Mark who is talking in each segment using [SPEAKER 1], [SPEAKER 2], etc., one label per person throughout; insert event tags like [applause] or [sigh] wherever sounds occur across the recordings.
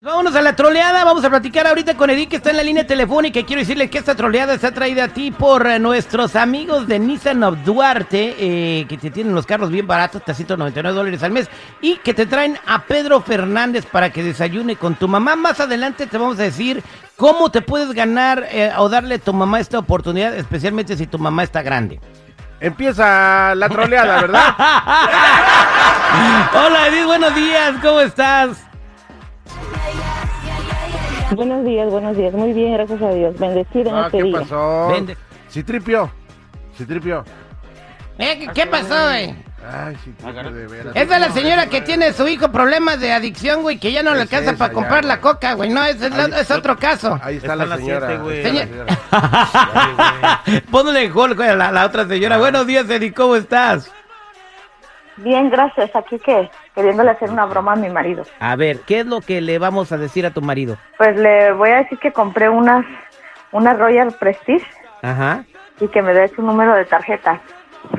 [SPEAKER 1] vámonos a la troleada. Vamos a platicar ahorita con Edith, que está en la línea telefónica. Y quiero decirle que esta troleada está traída a ti por eh, nuestros amigos de Nissan of Duarte, eh, que te tienen los carros bien baratos, hasta 199 dólares al mes, y que te traen a Pedro Fernández para que desayune con tu mamá. Más adelante te vamos a decir cómo te puedes ganar eh, o darle a tu mamá esta oportunidad, especialmente si tu mamá está grande.
[SPEAKER 2] Empieza la troleada, ¿verdad?
[SPEAKER 1] Hola Edith, buenos días, ¿cómo estás?
[SPEAKER 3] Buenos días, buenos días. Muy bien, gracias a Dios. Bendecido en
[SPEAKER 2] Ah,
[SPEAKER 3] este
[SPEAKER 2] ¿Qué
[SPEAKER 3] día.
[SPEAKER 2] pasó?
[SPEAKER 1] Vende.
[SPEAKER 2] Si tripió. Si tripió.
[SPEAKER 1] Eh, ¿qué- ¿Qué pasó, eh?
[SPEAKER 2] Ay, si tripió de veras.
[SPEAKER 1] Esa es la señora que tiene a su hijo problemas de adicción, güey, que ya no le
[SPEAKER 2] Es
[SPEAKER 1] alcanza
[SPEAKER 2] esa,
[SPEAKER 1] para
[SPEAKER 2] ya,
[SPEAKER 1] comprar la
[SPEAKER 2] güey.
[SPEAKER 1] coca, güey. No, ese es, la- es otro caso.
[SPEAKER 2] Ahí está,
[SPEAKER 4] Están
[SPEAKER 2] la
[SPEAKER 4] las
[SPEAKER 2] señora.
[SPEAKER 4] siete, güey.
[SPEAKER 2] ahí está la
[SPEAKER 1] Señor-
[SPEAKER 2] señora.
[SPEAKER 1] [laughs] Ponle gol, güey, a la, la otra
[SPEAKER 2] Ah.
[SPEAKER 1] señora. Buenos días, Edi, ¿cómo estás?
[SPEAKER 3] Bien, gracias. Aquí que queriéndole hacer una broma a mi marido.
[SPEAKER 1] A ver, ¿qué es lo que le vamos a decir a tu marido?
[SPEAKER 3] Pues le voy a decir que compré unas, una Royal Prestige
[SPEAKER 1] Ajá.
[SPEAKER 3] y que me dé su número de tarjeta.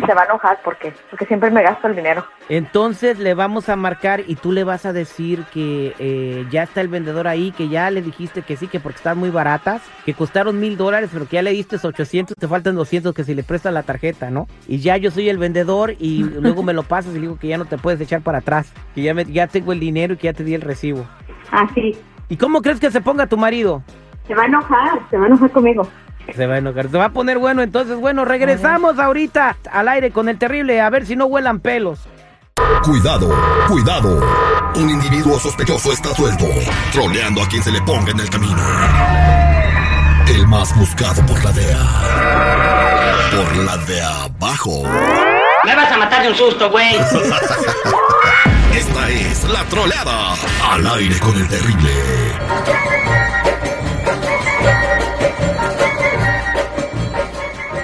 [SPEAKER 3] Se va a enojar porque, porque siempre me gasto el dinero.
[SPEAKER 1] Entonces le vamos a marcar y tú le vas a decir que eh, ya está el vendedor ahí, que ya le dijiste que sí, que porque están muy baratas, que costaron mil dólares, pero que ya le diste 800, te faltan 200 que si le prestas la tarjeta, ¿no? Y ya yo soy el vendedor y luego me lo pasas y le digo que ya no te puedes echar para atrás, que ya, me- ya tengo el dinero y que ya te di el recibo.
[SPEAKER 3] Así.
[SPEAKER 1] ¿Y cómo crees que se ponga tu marido?
[SPEAKER 3] Ah, Se va a enojar, se va a enojar conmigo.
[SPEAKER 1] Se va a enojar, se va a poner bueno, entonces bueno, regresamos ahorita al aire con el terrible, a ver si no huelan pelos.
[SPEAKER 5] Cuidado, cuidado. Un individuo sospechoso está suelto, troleando a quien se le ponga en el camino. El más buscado por la DEA. Por la de abajo.
[SPEAKER 6] Me vas a matar de un susto, güey.
[SPEAKER 5] [laughs] Esta es la troleada. Al aire con el terrible.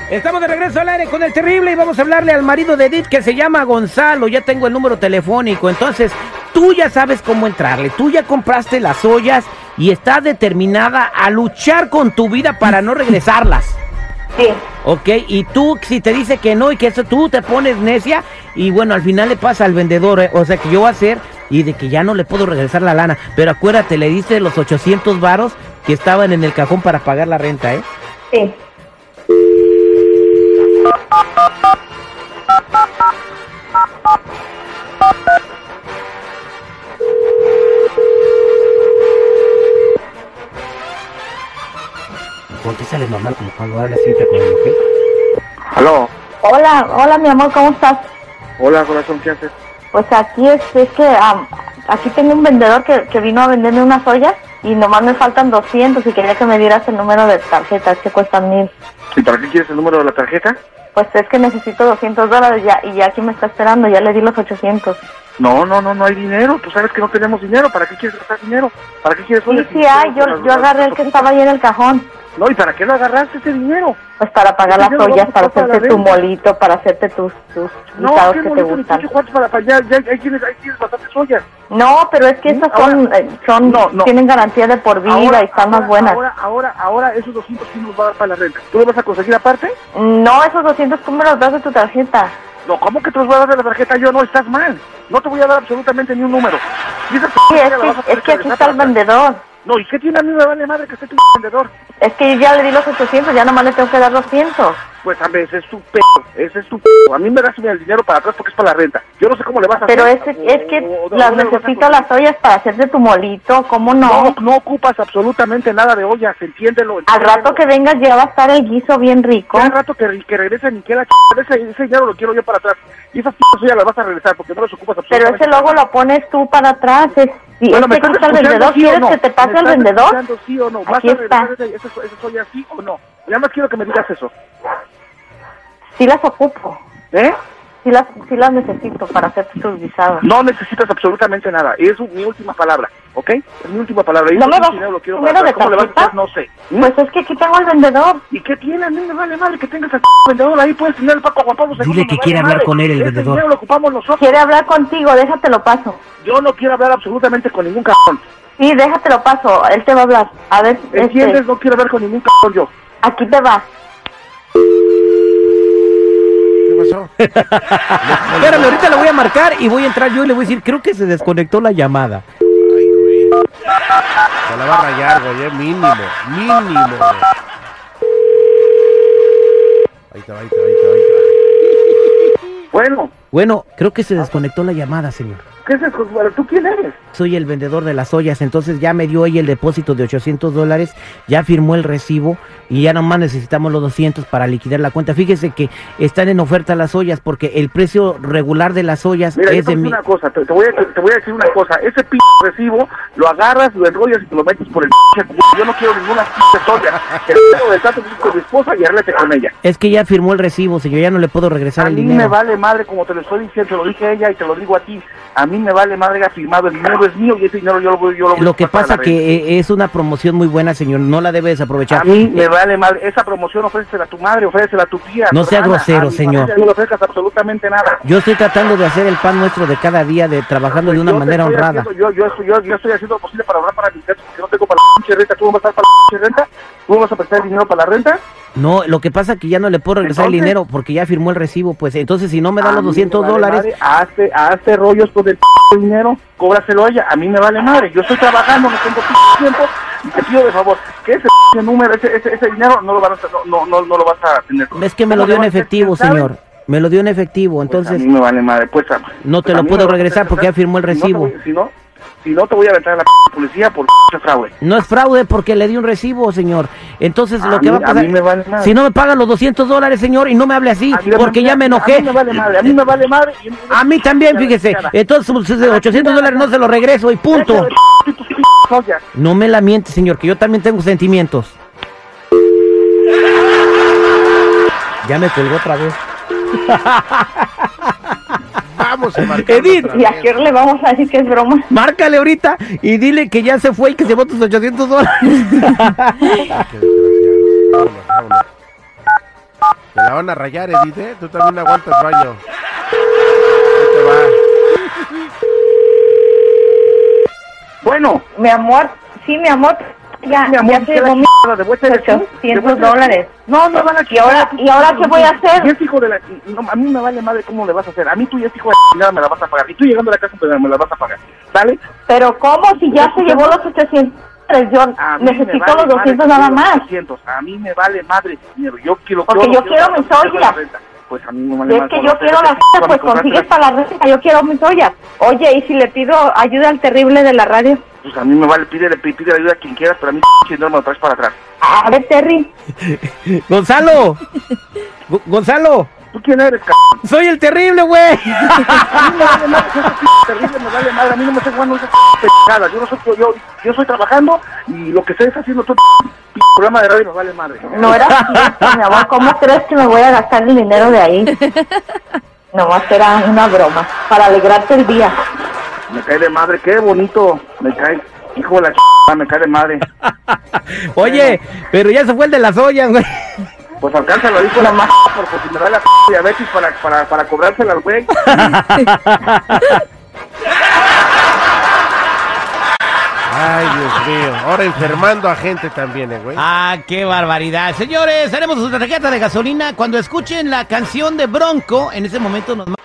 [SPEAKER 1] Estamos de regreso al aire con el terrible y vamos a hablarle al marido de Edith que se llama Gonzalo. Ya tengo el número telefónico. Entonces, tú ya sabes cómo entrarle. Tú ya compraste las ollas y estás determinada a luchar con tu vida para no regresarlas.
[SPEAKER 3] Sí,
[SPEAKER 1] ¿Ok? Y tú, si te dice que no y que eso tú te pones necia, y bueno, al final le pasa al vendedor, ¿eh? o sea, que yo voy a hacer y de que ya no le puedo regresar la lana. Pero acuérdate, le diste los 800 varos que estaban en el cajón para pagar la renta, ¿eh?
[SPEAKER 3] sí.
[SPEAKER 1] Contéstale normal como cuando hablas siempre con el mujer.
[SPEAKER 7] Aló,
[SPEAKER 3] Hola, hola mi amor, ¿cómo estás?
[SPEAKER 7] hola corazón, ¿qué haces?
[SPEAKER 3] Pues aquí es, es que am, aquí tengo un vendedor que, que vino a venderme unas ollas y nomás me faltan 200 y quería que me dieras el número de tarjeta, es que cuestan mil.
[SPEAKER 7] ¿Y para qué quieres el número de la tarjeta?
[SPEAKER 3] Pues es que necesito 200 dólares ya y ya aquí me está esperando, ya le di los 800.
[SPEAKER 7] No, no, no, no hay dinero. Tú sabes que no tenemos dinero. ¿Para qué quieres gastar dinero? ¿Para qué quieres
[SPEAKER 3] Sí,
[SPEAKER 7] oye,
[SPEAKER 3] sí,
[SPEAKER 7] si
[SPEAKER 3] ay, yo,
[SPEAKER 7] no, no,
[SPEAKER 3] yo agarré el que estaba ahí en el cajón.
[SPEAKER 7] No, ¿y para qué lo agarraste ese dinero?
[SPEAKER 3] Pues para pagar
[SPEAKER 7] Sí,
[SPEAKER 3] las
[SPEAKER 7] yo lo voy a
[SPEAKER 3] ollas, para
[SPEAKER 7] ocupar para
[SPEAKER 3] hacerte tu
[SPEAKER 7] la renta.
[SPEAKER 3] molito, para hacerte tus, tus
[SPEAKER 7] No,
[SPEAKER 3] guisados
[SPEAKER 7] qué
[SPEAKER 3] que te
[SPEAKER 7] molito, ni
[SPEAKER 3] gustan.
[SPEAKER 7] pinche cuartos para pagar. Ya, ya, ahí tienes, ahí tienes bastantes ollas.
[SPEAKER 3] No, pero es que
[SPEAKER 7] Sí,
[SPEAKER 3] esas
[SPEAKER 7] ahora-
[SPEAKER 3] son, eh, son
[SPEAKER 7] No, no.
[SPEAKER 3] tienen garantía de por vida y están más
[SPEAKER 7] ahora,
[SPEAKER 3] buenas.
[SPEAKER 7] Ahora, ahora, ahora, esos 200 sí nos va a dar para la renta. ¿Tú lo vas a conseguir aparte?
[SPEAKER 3] No, esos 200, ¿cómo me los das de tu tarjeta?
[SPEAKER 7] No, ¿cómo que te los voy a dar de la tarjeta? Yo no, estás mal. No te voy a dar absolutamente ni un número. Y esa
[SPEAKER 3] Sí, es
[SPEAKER 7] la vas a
[SPEAKER 3] que,
[SPEAKER 7] tener
[SPEAKER 3] es que aquí
[SPEAKER 7] regresar
[SPEAKER 3] está el
[SPEAKER 7] para atrás.
[SPEAKER 3] vendedor.
[SPEAKER 7] No, ¿y qué tiene a mí me vale madre que esté tu vendedor?
[SPEAKER 3] Es que yo ya le di los 800, ya nomás le tengo que dar 200.
[SPEAKER 7] Pues a ver, ese es tu p***, ese es tu p***. A mí me das el dinero para atrás porque es para la renta. Yo no sé cómo le vas a
[SPEAKER 3] Pero es,
[SPEAKER 7] hacer. O-
[SPEAKER 3] es que
[SPEAKER 7] o- o-
[SPEAKER 3] las
[SPEAKER 7] ¿dónde lo vas a
[SPEAKER 3] necesito
[SPEAKER 7] conseguir?
[SPEAKER 3] las ollas para hacerte tu molito, ¿cómo no?
[SPEAKER 7] No, no ocupas absolutamente nada de ollas, entiéndelo.
[SPEAKER 3] Al rato que vengas ya va a estar el guiso bien rico.
[SPEAKER 7] Al rato que, que regresen y que la ch... Ese, ese dinero lo quiero yo para atrás. Y esas p***s ya las vas a regresar porque no las ocupas
[SPEAKER 3] Pero
[SPEAKER 7] absolutamente
[SPEAKER 3] ese logo lo pones tú para atrás. Es, si
[SPEAKER 7] Bueno, ¿me
[SPEAKER 3] es que
[SPEAKER 7] estás
[SPEAKER 3] aquí está el
[SPEAKER 7] escuchando,
[SPEAKER 3] vendedor,
[SPEAKER 7] sí o
[SPEAKER 3] ¿quieres
[SPEAKER 7] no?
[SPEAKER 3] que te pase
[SPEAKER 7] ¿Me
[SPEAKER 3] el
[SPEAKER 7] estás
[SPEAKER 3] vendedor?
[SPEAKER 7] escuchando, sí o no? ¿Vas
[SPEAKER 3] Aquí
[SPEAKER 7] a
[SPEAKER 3] está.
[SPEAKER 7] regresar ese, ese, ese soya sí o no? Nada más quiero que me digas eso.
[SPEAKER 3] Sí las ocupo.
[SPEAKER 7] ¿Eh?
[SPEAKER 3] Sí las, sí las necesito para hacerte tus guisados.
[SPEAKER 7] No necesitas absolutamente nada. Es un- mi última palabra, ¿ok? Es mi última palabra. Y
[SPEAKER 3] ¿No
[SPEAKER 7] ese
[SPEAKER 3] me vas-
[SPEAKER 7] dinero lo quiero
[SPEAKER 3] tú
[SPEAKER 7] para
[SPEAKER 3] me lo
[SPEAKER 7] atrás. ¿Cómo le vas a
[SPEAKER 3] depositas?
[SPEAKER 7] hacer? No sé.
[SPEAKER 3] Pues es que aquí tengo el vendedor.
[SPEAKER 7] ¿Y qué tiene? A mí me vale madre que tengas al vendedor ahí. Puedes tener el Paco Juan Pablo II,
[SPEAKER 1] Dile
[SPEAKER 7] me
[SPEAKER 1] que
[SPEAKER 7] vale
[SPEAKER 1] quiere hablar
[SPEAKER 7] madre.
[SPEAKER 1] con él, el
[SPEAKER 7] Ese
[SPEAKER 1] vendedor.
[SPEAKER 7] dinero lo ocupamos nosotros.
[SPEAKER 3] Quiere hablar contigo, déjatelo paso.
[SPEAKER 7] Yo no quiero hablar absolutamente con ningún cabrón.
[SPEAKER 3] Sí, déjatelo paso, él te va a hablar. A ver,
[SPEAKER 7] ¿Entiendes?
[SPEAKER 3] este,
[SPEAKER 7] No quiero hablar con ningún cabrón yo.
[SPEAKER 3] aquí te va.
[SPEAKER 2] ¿Qué pasó?
[SPEAKER 1] Espérame, ahorita le voy a marcar y voy a entrar yo y le voy a decir, creo que se desconectó la llamada.
[SPEAKER 2] Ay, güey. Se la va a rayar, güey, eh, mínimo, mínimo, güey. Ahí te va, ahí te va, ahí te va, ahí te va.
[SPEAKER 7] Bueno,
[SPEAKER 1] Bueno, creo que se desconectó la llamada, señor.
[SPEAKER 7] ¿qué es eso? Bueno, ¿Tú quién eres?
[SPEAKER 1] Soy el vendedor de las ollas, entonces ya me dio ahí el depósito de 800 dólares, ya firmó el recibo y ya nomás necesitamos los 200 para liquidar la cuenta. Fíjese que están en oferta las ollas porque el precio regular de las ollas
[SPEAKER 7] Mira, yo
[SPEAKER 1] es
[SPEAKER 7] te
[SPEAKER 1] de
[SPEAKER 7] voy a decir
[SPEAKER 1] mi...
[SPEAKER 7] una cosa, te, te voy a, te, voy a decir una cosa. Ese p recibo lo agarras, lo enrollas y te lo metes por el p culo. Yo no quiero ninguna p olla. El p del trato que hice con mi esposa y arréglate con ella.
[SPEAKER 1] Es que ya firmó el recibo, señor, ya no le puedo regresar
[SPEAKER 7] A
[SPEAKER 1] el
[SPEAKER 7] mí
[SPEAKER 1] dinero.
[SPEAKER 7] me vale madre, como te lo estoy diciendo, te lo dije a ella y te lo digo a ti. A mí me vale madre, ha firmado, el dinero es mío y ese dinero yo lo voy, yo lo voy
[SPEAKER 1] Lo que
[SPEAKER 7] pasar
[SPEAKER 1] pasa
[SPEAKER 7] a la
[SPEAKER 1] que eh, es una promoción muy buena, señor, no la debe desaprovechar.
[SPEAKER 7] A mí
[SPEAKER 1] Eh,
[SPEAKER 7] me vale madre. Esa promoción ofrécesela a tu madre, ofrécesela a tu tía. a
[SPEAKER 1] No
[SPEAKER 7] tu
[SPEAKER 1] sea
[SPEAKER 7] hermana,
[SPEAKER 1] grosero,
[SPEAKER 7] a mi
[SPEAKER 1] señor.
[SPEAKER 7] familia, No le ofrezcas absolutamente nada.
[SPEAKER 1] Yo estoy tratando de hacer el pan nuestro de cada día, de trabajando de una
[SPEAKER 7] Pues Yo te
[SPEAKER 1] manera
[SPEAKER 7] estoy
[SPEAKER 1] honrada.
[SPEAKER 7] haciendo- yo, yo, estoy- yo, yo estoy haciendo lo posible para ahorrar para mis gastos, porque no tengo para la pinche renta. Tú no vas a estar para la pinche renta. Tú no vas a prestar el dinero para la renta.
[SPEAKER 1] No, lo que pasa es que ya no le puedo regresar el
[SPEAKER 7] Entonces-
[SPEAKER 1] dinero porque ya firmó el recibo, pues entonces si no me
[SPEAKER 7] A
[SPEAKER 1] dan los
[SPEAKER 7] mí
[SPEAKER 1] 200
[SPEAKER 7] me vale
[SPEAKER 1] dólares,
[SPEAKER 7] madre, Hazte, hazte rollos con el p- dinero, cóbraselo a ella. A mí me vale madre. Yo estoy trabajando, no tengo p- tiempo. Y te pido de favor que ese p- número, ese, ese, ese dinero, no lo, vas a, no, no, no, no lo vas a tener.
[SPEAKER 1] es que me lo dio en efectivo, señor. Me lo dio en efectivo,
[SPEAKER 7] Entonces,
[SPEAKER 1] entonces
[SPEAKER 7] Pues a mí me vale madre. Pues, a-
[SPEAKER 1] no te
[SPEAKER 7] pues a
[SPEAKER 1] lo
[SPEAKER 7] mí
[SPEAKER 1] puedo
[SPEAKER 7] me lo
[SPEAKER 1] regresar
[SPEAKER 7] vas a
[SPEAKER 1] porque ya firmó el
[SPEAKER 7] Si no te voy-
[SPEAKER 1] recibo.
[SPEAKER 7] Si no, si no te voy a aventar a la p- policía por p- fraude.
[SPEAKER 1] No es fraude porque le di un recibo, señor. Entonces lo
[SPEAKER 7] A
[SPEAKER 1] que va a
[SPEAKER 7] mí- a mí
[SPEAKER 1] pasar...
[SPEAKER 7] me vale madre.
[SPEAKER 1] si no me pagan los 200 dólares, señor, y no me hable así,
[SPEAKER 7] A mí-
[SPEAKER 1] porque ya me enojé.
[SPEAKER 7] A mí me vale madre, a mí me vale madre. y-
[SPEAKER 1] A mí también, fíjese. Entonces, sus- sus 800 dólares no se los regreso y punto.
[SPEAKER 7] Deja de p- tus p- ollas.
[SPEAKER 1] No me la miente, señor, que yo también tengo sentimientos. [laughs] Ya me colgó otra vez.
[SPEAKER 2] Vamos a marcar.
[SPEAKER 1] Edith.
[SPEAKER 2] otra
[SPEAKER 3] ¿Y a
[SPEAKER 2] vez.
[SPEAKER 3] qué hora le vamos a decir que es broma?
[SPEAKER 1] Márcale ahorita y dile que ya se fue y que se botó tus 800 dólares.
[SPEAKER 2] Qué desgraciado. Vámonos, vámonos. Te la van a rayar, Edith, ¿eh? Tú también aguantas baño. Ahí te va.
[SPEAKER 7] Bueno,
[SPEAKER 3] Mi amor, sí, mi amor, ya,
[SPEAKER 7] mi amor,
[SPEAKER 3] ya
[SPEAKER 7] ¿qué
[SPEAKER 3] se
[SPEAKER 7] la
[SPEAKER 3] llegó mi
[SPEAKER 7] chingada? ¿De vuelta eres tú? ¿De
[SPEAKER 3] 800
[SPEAKER 7] vuelta eres tú?
[SPEAKER 3] dólares.
[SPEAKER 7] No, no van a
[SPEAKER 3] ¿Y ahora, ¿Y ahora qué voy a hacer?
[SPEAKER 7] Bien, hijo de la... No, a mí me vale madre cómo le vas a hacer. A mí tú ya es hijo de la chingada, me la vas a pagar. Y tú llegando a la casa pues, me la vas a pagar. ¿Sale?
[SPEAKER 3] Pero ¿cómo si ya se
[SPEAKER 7] ¿Escuchas?
[SPEAKER 3] llevó los 800 dólares?
[SPEAKER 7] A
[SPEAKER 3] Yo
[SPEAKER 7] mí me
[SPEAKER 3] necesito
[SPEAKER 7] vale
[SPEAKER 3] los
[SPEAKER 7] madre
[SPEAKER 3] 200
[SPEAKER 7] que
[SPEAKER 3] nada
[SPEAKER 7] quiero los
[SPEAKER 3] más.
[SPEAKER 7] 200. A mí me vale madre ese dinero. Yo quiero...
[SPEAKER 3] Porque
[SPEAKER 7] lo
[SPEAKER 3] yo quiero
[SPEAKER 7] para
[SPEAKER 3] mis
[SPEAKER 7] pagar la
[SPEAKER 3] ollas.
[SPEAKER 7] renta. Pues a mí me
[SPEAKER 3] Y
[SPEAKER 7] vale
[SPEAKER 3] es que yo quiero las
[SPEAKER 7] cosas,
[SPEAKER 3] ollas, pues consigues para la renta, yo quiero mis ollas. Oye, ¿y si le pido ayuda al terrible de la radio?
[SPEAKER 7] Pues a mí me vale, pídele, pí- pídele ayuda a quien quieras, pero a mí si no me lo traes para atrás.
[SPEAKER 3] A ver, Terry,
[SPEAKER 1] [laughs] Gonzalo. Gu- Gonzalo.
[SPEAKER 7] ¿Tú quién eres, c***?
[SPEAKER 1] Soy el terrible, güey.
[SPEAKER 7] A mí me vale madre, esa p- terrible me vale madre, a mí no me estoy jugando esas p- pendejadas. Yo no soy, yo, yo, yo estoy trabajando y lo que estés haciendo tu p- programa de radio me vale madre.
[SPEAKER 3] no era [laughs] cierto, mi amor, ¿cómo crees que me voy a gastar el dinero de ahí? [laughs] Nomás era una broma, para alegrarte el día.
[SPEAKER 7] Me cae de madre, qué bonito, me cae, hijo de la ch... me cae de madre.
[SPEAKER 1] Oye, pero ya se fue el de las ollas, güey.
[SPEAKER 7] Pues alcánzalo, hijo de la más, por, por si me da la p- diabetes para, para, para cobrársela al güey.
[SPEAKER 2] Ay, Dios mío. Ahora enfermando a gente también, eh, güey.
[SPEAKER 1] Ah, qué barbaridad. Señores, haremos su tarjeta de gasolina. Cuando escuchen la canción de Bronco, en ese momento nos